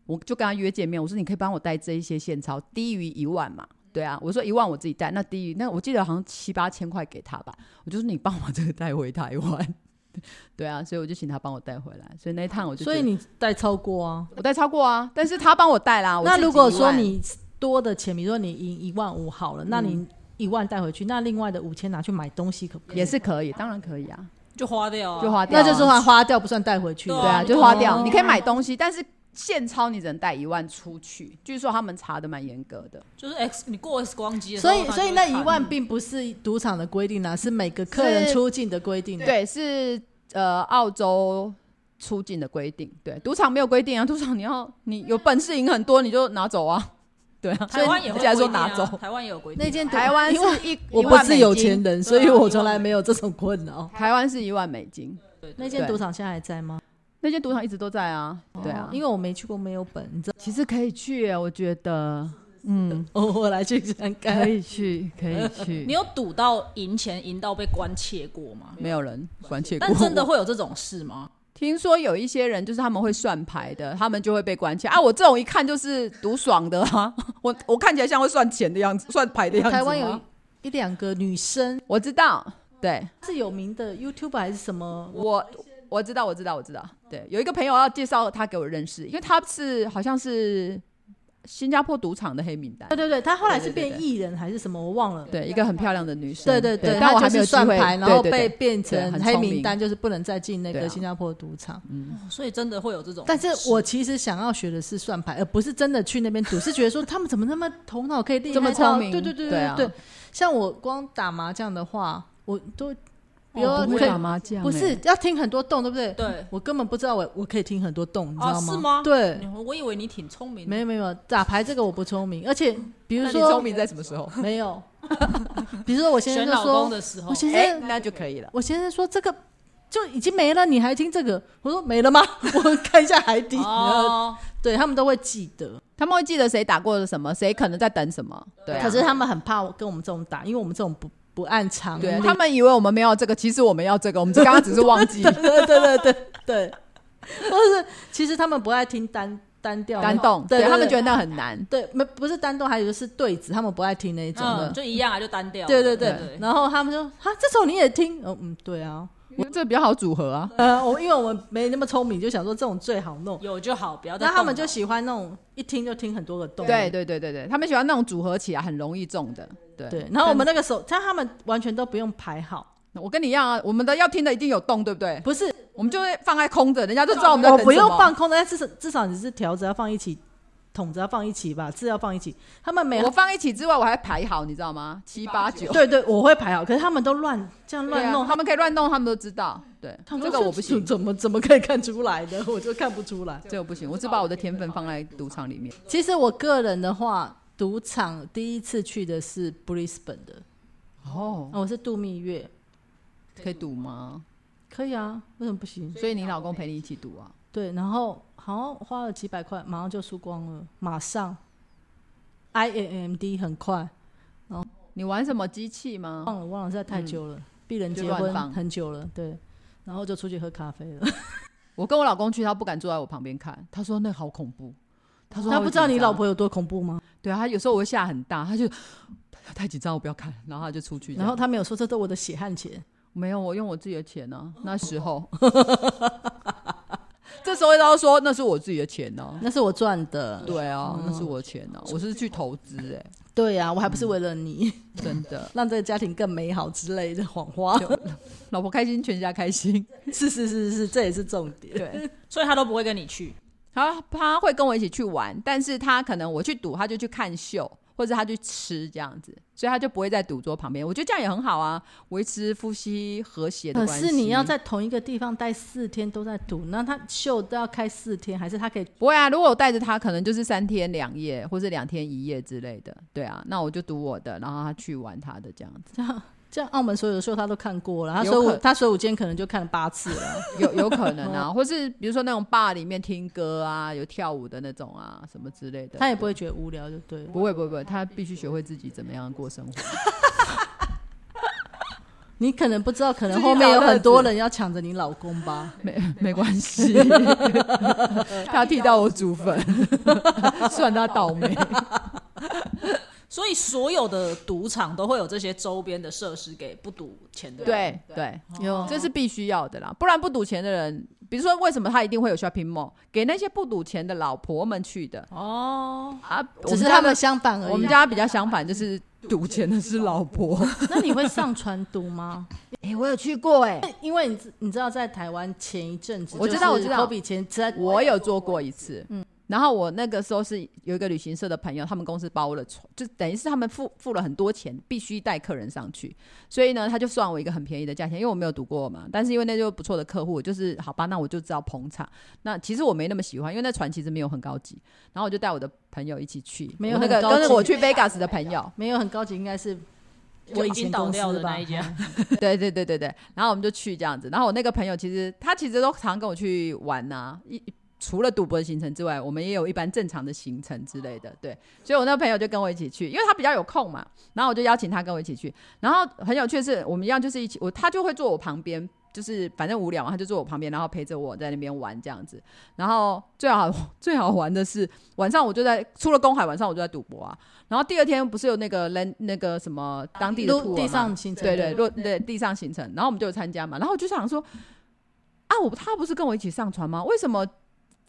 S3: 我就跟他约见面，我说你可以帮我带这一些现钞，低于一万
S2: 嗯
S3: 嘛。对啊，我说一万我自己带，那低于那我记得好像七八千块给他吧，我就说你帮我这个带回台湾， 对啊，所以我就请他帮我带回来，所以那一趟我就觉
S2: 所
S3: 得
S2: 以你带超过啊。
S3: 我带超过啊，但是他帮我带啦。我
S2: 那
S3: 自己
S2: 如果
S3: 一
S2: 说
S3: 万
S2: 你多的钱，比如说你赢一万五好了，那你一万带回去，那另外的五千拿去买东西可不可以？
S3: 也是可以，当然可以啊，
S1: 就花掉啊，
S3: 就花掉、
S2: 哦那
S3: 啊，
S2: 就是算花掉，不算带回去。
S1: 对
S3: 对啊，
S1: 哦
S3: 就花掉。
S2: 哦
S3: 你可以买东西，但是现钞你只能带一万出去。据说他们查的蛮严格的，
S1: 就是 X 你过 X 光机的时
S2: 所
S1: 候，
S2: 以，
S1: 它就
S2: 所
S1: 会
S2: 以那
S1: 看
S2: 一万并不是赌场的规定啊，是每个客人
S3: 是
S2: 出境的规定、啊。，
S3: 对，是呃澳洲出境的规定。对，赌场没有规定啊，赌场你要你有本事赢很多你就拿走啊， 对 啊。
S1: 台湾也会
S3: 而且还说
S1: 规定啊
S3: 拿走
S1: 台湾也有规定啊，
S2: 那间
S3: 台湾
S2: 因为
S3: 是一
S2: 我
S3: 一
S2: 不
S3: 万
S2: 是
S3: 美
S2: 有
S3: 金
S2: 钱，人，所以
S1: 对啊
S2: 我从来没有这种困扰。
S3: 台湾是一万美金。
S1: 对对
S2: 那间赌场现在还在吗？
S3: 那间赌场一直都在啊，对啊，
S2: 因为我没去过没有本，你知道，
S3: 其实可以去耶，我觉得，嗯，
S2: 哦我来去看看。
S3: 以去， 可以 去
S1: 你有赌到赢钱赢到被关切过吗？
S3: 没有人关切过
S1: 但
S3: 我。
S1: 真的会有这种事吗？
S3: 听说有一些人就是他们会算牌的，他们就会被关起来啊。我这种一看就是赌爽的啊， 我我看起来像会算钱的样子，算牌的样子吗。
S2: 台湾有一两个女生
S3: 我知道，对
S2: 是有名的 YouTube 还是什么？
S3: 我我知道，我知道，我知道。对，有一个朋友要介绍他给我认识，因为他是好像是新加坡赌场的黑名单
S2: 对。对对，她后来是
S3: 对对对
S2: 变艺人还是什么？我忘了。
S3: 对，一个很漂亮的女生。
S2: 对对
S3: 对
S2: 对，
S3: 但我
S2: 她
S3: 还
S2: 就
S3: 没有
S2: 是
S3: 机
S2: 算
S3: 会
S2: 牌，然后
S3: 对对
S2: 被
S3: 对
S2: 变
S3: 对
S2: 成
S3: 很
S2: 黑
S3: 聪
S2: 名
S3: 明
S2: 单，就是不能再进那
S3: 对
S2: 个
S3: 啊
S2: 新加坡赌场。
S1: 哦所以真的会有这种事，
S2: 但是我其实想要学的是算牌，而不是真的去那 边赌，是觉得说他们怎么那么头脑可以厉害
S3: 这么
S2: 到
S3: 聪明
S2: 对对对
S3: 对
S2: 对
S3: 啊
S2: 对。像我光打麻将的话，我都比如
S3: 哦不
S2: 说
S3: 会
S2: 可以
S3: 打麻将欸，
S2: 不是要听很多动，对不对？
S1: 对
S2: 我根本不知道我我可以听很多动，你知
S1: 哦
S2: 道吗？
S1: 是吗
S2: 对，
S1: 我以为你挺聪明的，
S2: 没有没有打牌这个我不聪明，而且比
S3: 那
S2: 如
S3: 你聪
S2: 说
S3: 明在什么时候？
S2: 没有， 比如说我先
S1: 选
S2: 生
S1: 老
S2: 就
S1: 公
S2: 说，
S1: 的时候哦
S2: 我，先
S3: 哎、
S2: 生
S3: 那就可以了。
S2: 我先生说这个就已经没了，你还听这个？我说没了吗？ 我看一下海底，
S1: 哦，
S2: 对他们都会记得，
S3: 他们会记得谁打过了什么，谁可能在等什么。对、啊，
S2: 可是他们很怕我跟我们这种打，因为我们这种不不按常理，
S3: 对啊他们以为我们没有这个，其实我们要这个，我们刚刚只是忘记
S2: 对 对对对对，或者是其实他们不爱听单单调
S3: 单动，
S2: 对
S3: 对他们
S2: 对
S3: 觉得那很难。
S2: 对没不是单动，还有就是对子，他们不爱听那一种的
S1: 嗯，，就一样啊，就单调了，
S2: 对对对
S1: 对，
S2: 然后他们就啊，这种你也听？嗯嗯，对啊，
S3: 我这比较好组合啊，
S2: 呃，我因为我们没那么聪明，就想说这种最好弄。
S1: 有就好，不要再
S2: 那
S1: 动
S2: 他们
S1: 脑
S2: 就喜欢那种一听就听很多个洞。
S3: 对对对对对，他们喜欢那种组合起来很容易中的。对
S2: 对，然后我们那个手，他他们完全都不用排好，
S3: 但我跟你一样啊，我们的要听的一定有动，对不对？
S2: 不是
S3: 我们就会放在空着，人家就知道我们在
S2: 我
S3: 等
S2: 哦不用
S3: 什么
S2: 放，空的，但至少至少你是条子要放一起，筒子要放一起吧，字要放一起。他们没
S3: 我放一起之外，我还排好，你知道吗？七八九，
S2: 对对，我会排好，可是他们都乱这样
S3: 对
S2: 乱
S3: 啊
S2: 弄，
S3: 他们可以乱弄，他们都知道。对，
S2: 他们
S3: 这个我不行，
S2: 怎么怎么可以看出来的？ 我就看不出来。
S3: 这个不行，我只把我的天分放在赌场里面。
S2: 其实我个人的话，赌场第一次去的是 Brisbane 的，
S3: 哦，
S2: 啊，我是度蜜月，
S3: 可以赌吗？
S2: 可以啊，为什么不行？
S3: 所以你老公陪你一起赌啊？
S2: 对，然后好像花了几百块，马上就输光了，马上。I A M D 很快，
S3: 你玩什么机器吗？
S2: 忘了忘了，实在太久了。鄙人
S3: 嗯就
S2: 结
S3: 乱
S2: 婚
S3: 放
S2: 很久了，对，然后就出去喝咖啡了。
S3: 我跟我老公去，他不敢坐在我旁边看，他说那好恐怖。 他说
S2: 他
S3: 会
S2: 不知道
S3: 紧
S2: 你
S3: 张
S2: 老，婆有多恐怖吗？
S3: 对啊，他有时候我会吓很大，他就他太紧张，我不要看，然后他就出去这
S2: 然
S3: 样。
S2: 后他没有说这都我的血汗钱，
S3: 没有，我用我自己的钱呢、那时候， 这时候他就说那是我自己的钱呢、
S2: 那是我赚的。
S3: 对啊，那是我的钱呢、我是去投资哎、
S2: 对呀、我还不
S3: 嗯
S2: 是为了你，
S3: 真的，
S2: 让这个家庭更美好之类的谎话。
S3: 老婆开心，全家开心。
S2: 是是是是，这也是重点。
S3: 对，
S1: 所以他都不会跟你去，
S3: 他他会跟我一起去玩，但是他可能我去赌，他就去看秀，或者他去吃这样子，所以他就不会在赌桌旁边。我觉得这样也很好啊，维持夫妻和谐的
S2: 可
S3: 关系。
S2: 是你要在同一个地方待四天都在赌，那他秀都要开四天，还是他可以
S3: 不会啊，如果我带着他，可能就是三天两夜，或是两天一夜之类的。对啊，那我就赌我的，然后他去玩他的这样子。
S2: 这样？这样澳门所有的秀他都看过了，他
S3: 有
S2: 所
S3: 可
S2: 有他所有间可能就看了八次 了。
S3: 有有可能啊，或是比如说那种坝里面听歌啊，有跳舞的那种啊，什么之类的。
S2: 他也不会觉得无聊，就对了。
S3: 不会不会不会，他必须学会自己怎么样过生活。
S2: 你可能不知道，可能
S3: 自己
S2: 后面
S3: 找
S2: 有
S3: 乐
S2: 很
S3: 子
S2: 多人要抢着你老公吧？
S3: 没没关 系，他剃到我祖坟，算他倒霉。
S1: 所以所有的赌场都会有这些周边的设施给不赌钱的人。
S3: 对对，
S2: 有
S3: 这是必须要的啦，不然不赌钱的人，比如说为什么他一定会有 shopping mall 给那些不赌钱的老婆们去的
S1: 哦，
S3: 啊？我
S2: 只是
S3: 们
S2: 他
S3: 家
S2: 们
S3: 的
S2: 相反而已。啊
S3: 我们家比较相反，就是赌钱的是老婆。
S2: 那你会上传读吗？
S3: 哎、我有去过哎、
S2: 因为你知你知道，在台湾前一阵子，
S3: 我知道我知道
S2: 科比前在
S3: 我有做过一次，嗯，然后我那个时候是有一个旅行社的朋友，他们公司包了船，就等于是他们付付了很多钱，必须带客人上去，所以呢，他就算我一个很便宜的价钱，因为我没有赌过嘛，但是因为那就不错的客户，我就是好吧，那我就知道捧场。那其实我没那么喜欢，因为那船其实没有很高级，然后我就带我的朋友一起去，
S2: 没有
S3: 我那
S2: 很
S3: 个
S2: 高级
S3: 跟我去 Vegas 的朋友，
S2: 没有很高级，应该是我
S1: 就
S2: 以
S1: 已经
S2: 前
S1: 倒
S2: 公
S1: 掉
S2: 司
S1: 的
S2: 吧
S1: 那一。家，
S3: 对对对对对，然后我们就去这样子。然后我那个朋友其实他其实都常跟我去玩呐、一除了赌博的行程之外，我们也有一般正常的行程之类的。对，所以我那个朋友就跟我一起去，因为他比较有空嘛，然后我就邀请他跟我一起去。然后很有趣的是，我们一样就是一起，我他就会坐我旁边。就是反正无聊嘛，他就坐我旁边，然后陪着我在那边玩这样子。然后最好最好玩的是晚上我就在除了公海，晚上我就在赌博啊。然后第二天不是有那个人那个什么当地的
S2: 陆
S3: tour
S2: 地啊
S3: 嘛
S2: 上行程
S3: 对对，落对地上行程，然后我们就有参加嘛，然后我就想说，啊，我他不是跟我一起上船吗？为什么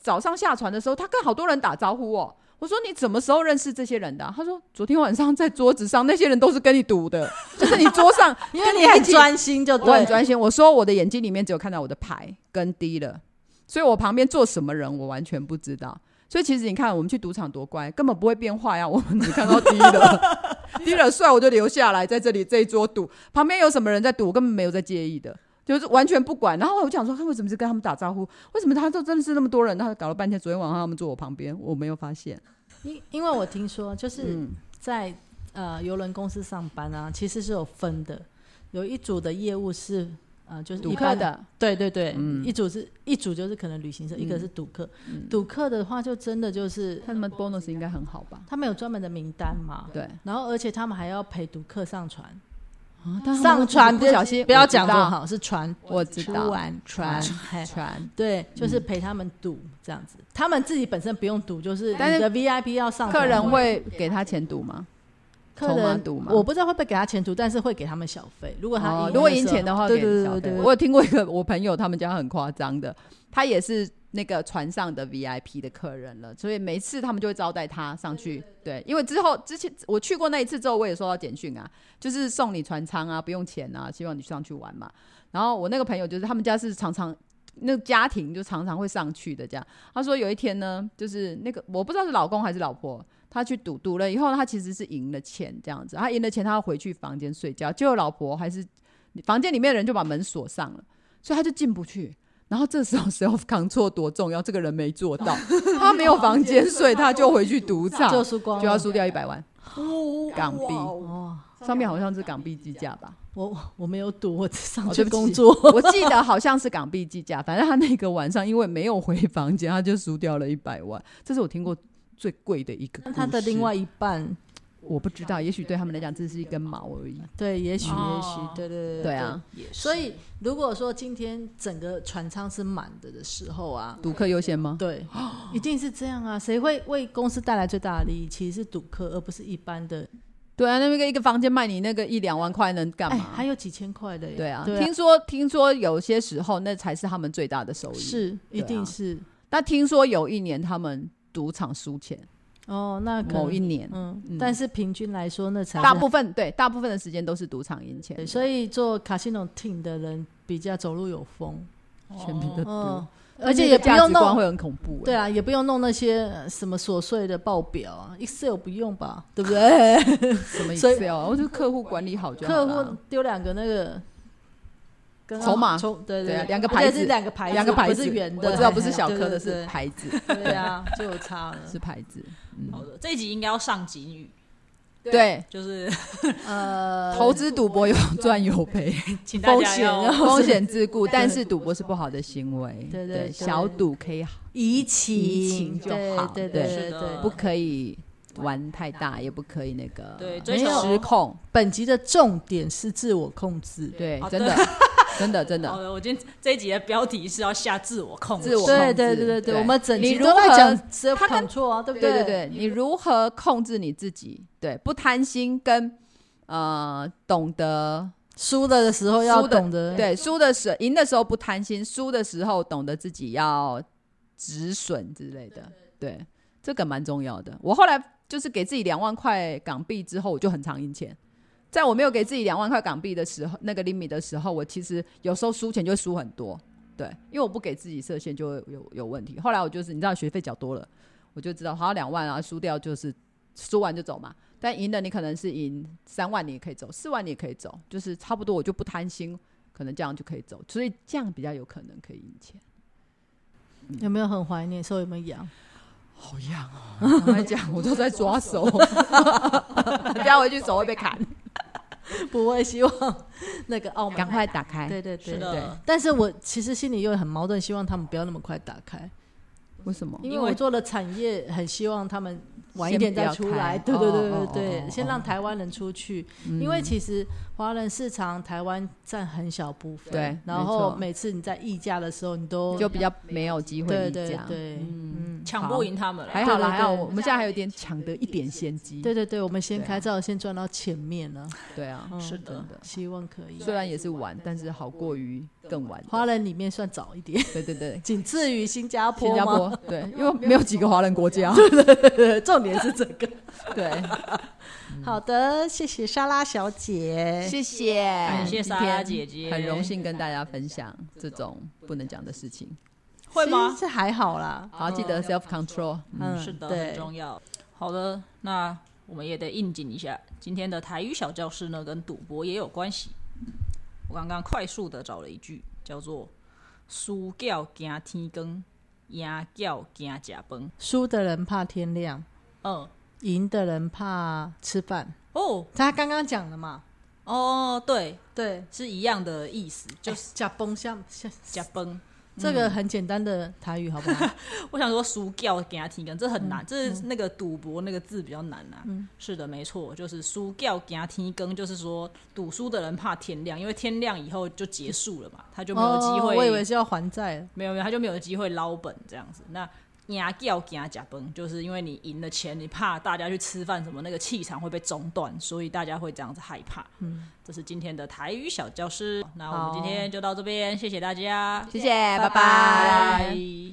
S3: 早上下船的时候他跟好多人打招呼哦？我说你什么时候认识这些人的啊、他说昨天晚上在桌子上那些人都是跟你赌的，就是你桌上
S2: 因
S3: 跟
S2: 为
S3: 你
S2: 你
S3: 还
S2: 很专心就
S3: 我
S2: 对
S3: 很。专心。我说我的眼睛里面只有看到我的牌跟低了，所以我旁边坐什么人我完全不知道。所以其实你看，我们去赌场多乖，根本不会变化呀。我们只看到低了，低了帅我就留下来，在这里这一桌赌，旁边有什么人在赌，我根本没有在介意的，就是完全不管。然后我就想说，他为什么是跟他们打招呼？为什么他都真的是那么多人？然后搞了半天，昨天晚上他们坐我旁边，我没有发现。
S2: 因因为我听说，就是
S3: 嗯，
S2: 在呃游轮公司上班啊，其实是有分的，有一组的业务是呃就是
S3: 赌
S2: 一
S3: 客
S2: 般
S3: 的，
S2: 对对对，
S3: 嗯
S2: 一组是一组就是可能旅行社，一个是赌客。赌客的话，就真的就是
S3: 他们 bonus 应该很好吧？
S2: 他们有专门的名单嘛，
S3: 对，
S2: 然后而且他们还要陪赌客上船，
S3: 啊但他们
S2: 上船
S3: 不小心
S2: 不要
S3: 我知
S2: 讲不
S3: 道
S2: 好是船，
S3: 我知
S2: 出
S3: 道
S2: 玩船，嘿
S3: 船。
S2: 对，就是陪他们赌这样子。他们自己本身不用赌，就是
S3: 嗯但是
S2: 你的 VIP 要上船
S3: 客人会给他钱赌吗？
S2: 客
S3: 筹码
S2: 人
S3: 赌吗哦
S2: 我不知道会不会给他钱赌，但是会给他们小费。如果他赢、
S3: 如果赢钱的话，
S2: 哦对
S3: 给
S2: 对
S3: 小
S2: 对
S3: 费
S2: 对
S3: 我有听过一个我朋友，他们家很夸张的，他也是那个船上的 VIP 的客人了，所以每次他们就会招待他上去。对，因为之后之前我去过那一次之后，我也收到简讯啊，就是送你船舱啊，不用钱啊，希望你上去玩嘛。然后我那个朋友就是他们家是常常。那个家庭就常常会上去的，这样。他说有一天呢，就是那个我不知道是老公还是老婆，他去赌赌了以后，他其实是赢了钱这样子，他赢了钱，他要回去房间睡觉，结果老婆还是房间里面的人就把门锁上了，所以他就进不去。然后这时候 self control 多重要，这个人没做 到，他没有房间睡，他就回去赌场，
S2: 就输光了
S3: 就要输掉一百万港币，
S2: 哦，
S3: 上面好像是港币计价吧。
S2: 我我没有赌，我只上
S3: 哦
S2: 去
S3: 对不起
S2: 工作。
S3: 我记得好像是港币计价，反正他那个晚上因为没有回房间，他就输掉了一百万，这是我听过最贵的一个故
S2: 那
S3: 事。
S2: 他的另外一半，
S3: 我不知道，也许对他们来讲这是一根毛而已。
S2: 对，也许、
S1: 哦
S2: 也许，对对对
S3: 对啊，，
S1: 也是
S2: 所以，如果说今天整个船舱是满的的时候啊，
S3: 赌客优先吗？
S2: 对，一定是这样啊。谁会为公司带来最大的利益？其实是赌客，而不是一般的。
S3: 对啊，那个一个房间卖你那个一两万块能干
S2: 哎，
S3: 嘛？
S2: 还有几千块的耶。
S3: 对啊，
S2: 对
S3: 听说听说有些时候那才是他们最大的收益。，
S2: 是，一定是。
S3: 但听说有一年他们赌场输钱，
S2: 哦，那可能
S3: 某一年，
S2: 嗯，但是平均来说，那才是
S3: 大部分对大部分的时间都是赌场赢
S2: 对
S3: 钱，
S2: 所以做 casino team 的人比较走路有风，
S3: 全民哦的赌
S2: 嗯，，而且也不
S3: 价
S2: 用
S3: 值观
S2: 弄，
S3: 会很恐怖。
S2: 对
S3: 哎，
S2: 啊，也不用弄那些呃什么琐碎的报表啊，Excel 不用 吧，对不对？
S3: 什么
S2: 所以
S3: Excel，我就啊客户管理好就好
S2: 客
S3: 了
S2: 户。丢两个那个跟
S3: 筹码
S2: 筹对
S3: 对啊
S2: 对，
S3: 两个
S2: 而且
S3: 牌子
S2: 是两个牌子，
S3: 两个牌
S2: 不
S3: 子
S2: 是圆的，
S3: 我知道不是小
S2: 对
S3: 颗的，
S2: 对
S3: 是
S2: 对
S3: 牌子，
S2: 对啊，就有差了。
S3: 是牌子。
S1: 好的，这一集应该要上警语，
S3: 对，
S1: 就是
S2: 呃，
S3: 投资赌博有 赚有赔，
S1: 请大
S3: 风
S1: 家
S3: 险啊
S1: 要
S3: 风险自顾，但是赌博是不好的行为，
S2: 对对对
S3: 小赌可以
S2: 怡情
S3: 怡情就好
S2: 对
S3: 对
S2: 对
S1: 是
S2: 对
S1: 的
S2: 对。
S3: 不可以玩太大，也不可以那个
S1: 对追
S2: 没有
S1: 求
S3: 失控，
S2: 本集的重点是自我控制，
S3: 对
S1: 哦，
S3: 真的，真的，真
S1: 好
S3: 的，
S1: 的，我今天这一集的标题是要下自我控制，
S3: 自我控
S2: 对
S3: 制，
S2: 对对对对，我们整
S3: 你
S2: 集
S3: 如
S2: 都
S3: 何
S2: 在讲 self control 啊，对不
S3: 对对
S2: 对
S3: 对，你如何控制你自己？对，不贪心跟呃懂得
S2: 输了的时候要
S3: 输的
S2: 懂得，
S3: 对输的时赢的时候不贪心，输的时候懂得自己要止损之类的。对，这个蛮重要的。我后来就是给自己两万块港币之后，我就很常赢钱。在我没有给自己两万块港币的时候，那个 limit 的时候，我其实有时候输钱就会输很多。对，因为我不给自己设限就会有有问题。后来我就是你知道学费缴多了，我就知道好两万啊，输掉就是输完就走嘛。但赢的你可能是赢三万，你也可以走；四万你也可以走，就是差不多我就不贪心，可能这样就可以走，所以这样比较有可能可以赢 钱。
S2: 有没有很怀念受有没有养？
S3: 好痒哦！刚才讲我都在抓手， 加回去手会被砍。
S2: 不会希望那个澳门
S3: 赶，快打开，
S2: 对对
S1: 是
S2: 对。
S1: 的，
S2: 但是我其实心里又很矛盾，希望他们不要那么快打开，
S3: 为什么？
S2: 因为
S1: 因为
S2: 我做了产业，很希望他们晚一点
S3: 先不
S2: 再
S3: 要
S2: 出
S3: 开
S2: 来。对对对
S3: 哦
S2: 对
S3: 哦哦
S2: 对，
S3: 哦嗯
S2: 先让台湾人出去，因为其实华人市场台湾占很小部分。
S3: 对没
S2: 然
S3: 错
S2: 后每次你在议价的时候，你都
S3: 就比较没有机会
S2: 对
S3: 议
S2: 对
S3: 价。
S2: 对，嗯，
S1: 抢不赢他们了。
S3: 还好
S2: 对对
S3: 啦，
S2: 对
S3: 还好我们现在还有点抢得一点先机。
S2: 对对对，我们先
S3: 对啊
S2: 开照，先赚到前面了。
S3: 对啊，
S2: 嗯
S1: 是的
S3: 真的。
S2: 希望可以。
S3: 虽然也是晚，但是好过于更晚的。
S2: 华人里面算早一点，
S3: 对 对对，
S2: 仅次于新加坡
S3: 新加
S2: 吗
S3: 坡对，因为没有几个华人 国家。
S2: 对，重点是这个。
S3: 对，
S2: 好的，谢谢莎拉小姐。
S3: 谢谢，
S1: 感谢莎拉
S3: 哎今
S1: 姐
S3: 天
S1: 姐，
S3: 很荣，幸跟大家分享这种不能讲的事情。
S1: 会吗？
S2: 是还好啦，
S3: 好，记得 self control。
S2: 嗯，
S1: 是的，很
S2: 对，
S1: 重要。好的，那我们也得应景一下，今天的台语小教室呢，跟赌博也有关系。我刚刚快速的找了一句，叫做“输掉惊天光，赢掉惊食饭
S2: 输的人怕天亮，”。
S1: 嗯，
S2: 赢的人怕吃饭。
S1: 哦
S2: 他刚刚讲了嘛，
S1: 哦，对，
S2: 对，
S1: 是一样的意思，就
S2: 就是是假崩像像
S1: 食饭。
S2: 这个很简单的台语，好不好？
S1: 我想说输掉惊天光，这很
S2: 嗯
S1: 难，这是那个赌博那个字比较难啊。是的，没错，就是输掉惊天光，就是说赌输的人怕天亮，因为天亮以后就结束了嘛，他就没有机会。
S2: 哦我以为是要还债了。
S1: 没有没有，他就没有机会捞本这样子。那赢掉赢假崩，就是因为你赢了钱，你怕大家去吃饭什么，那个气场会被中断，所以大家会这样子害怕。嗯，这是今天的台语小教师，那我们今天就到这边，谢谢大家，
S3: 谢谢，拜
S1: 拜
S3: 拜。
S1: 拜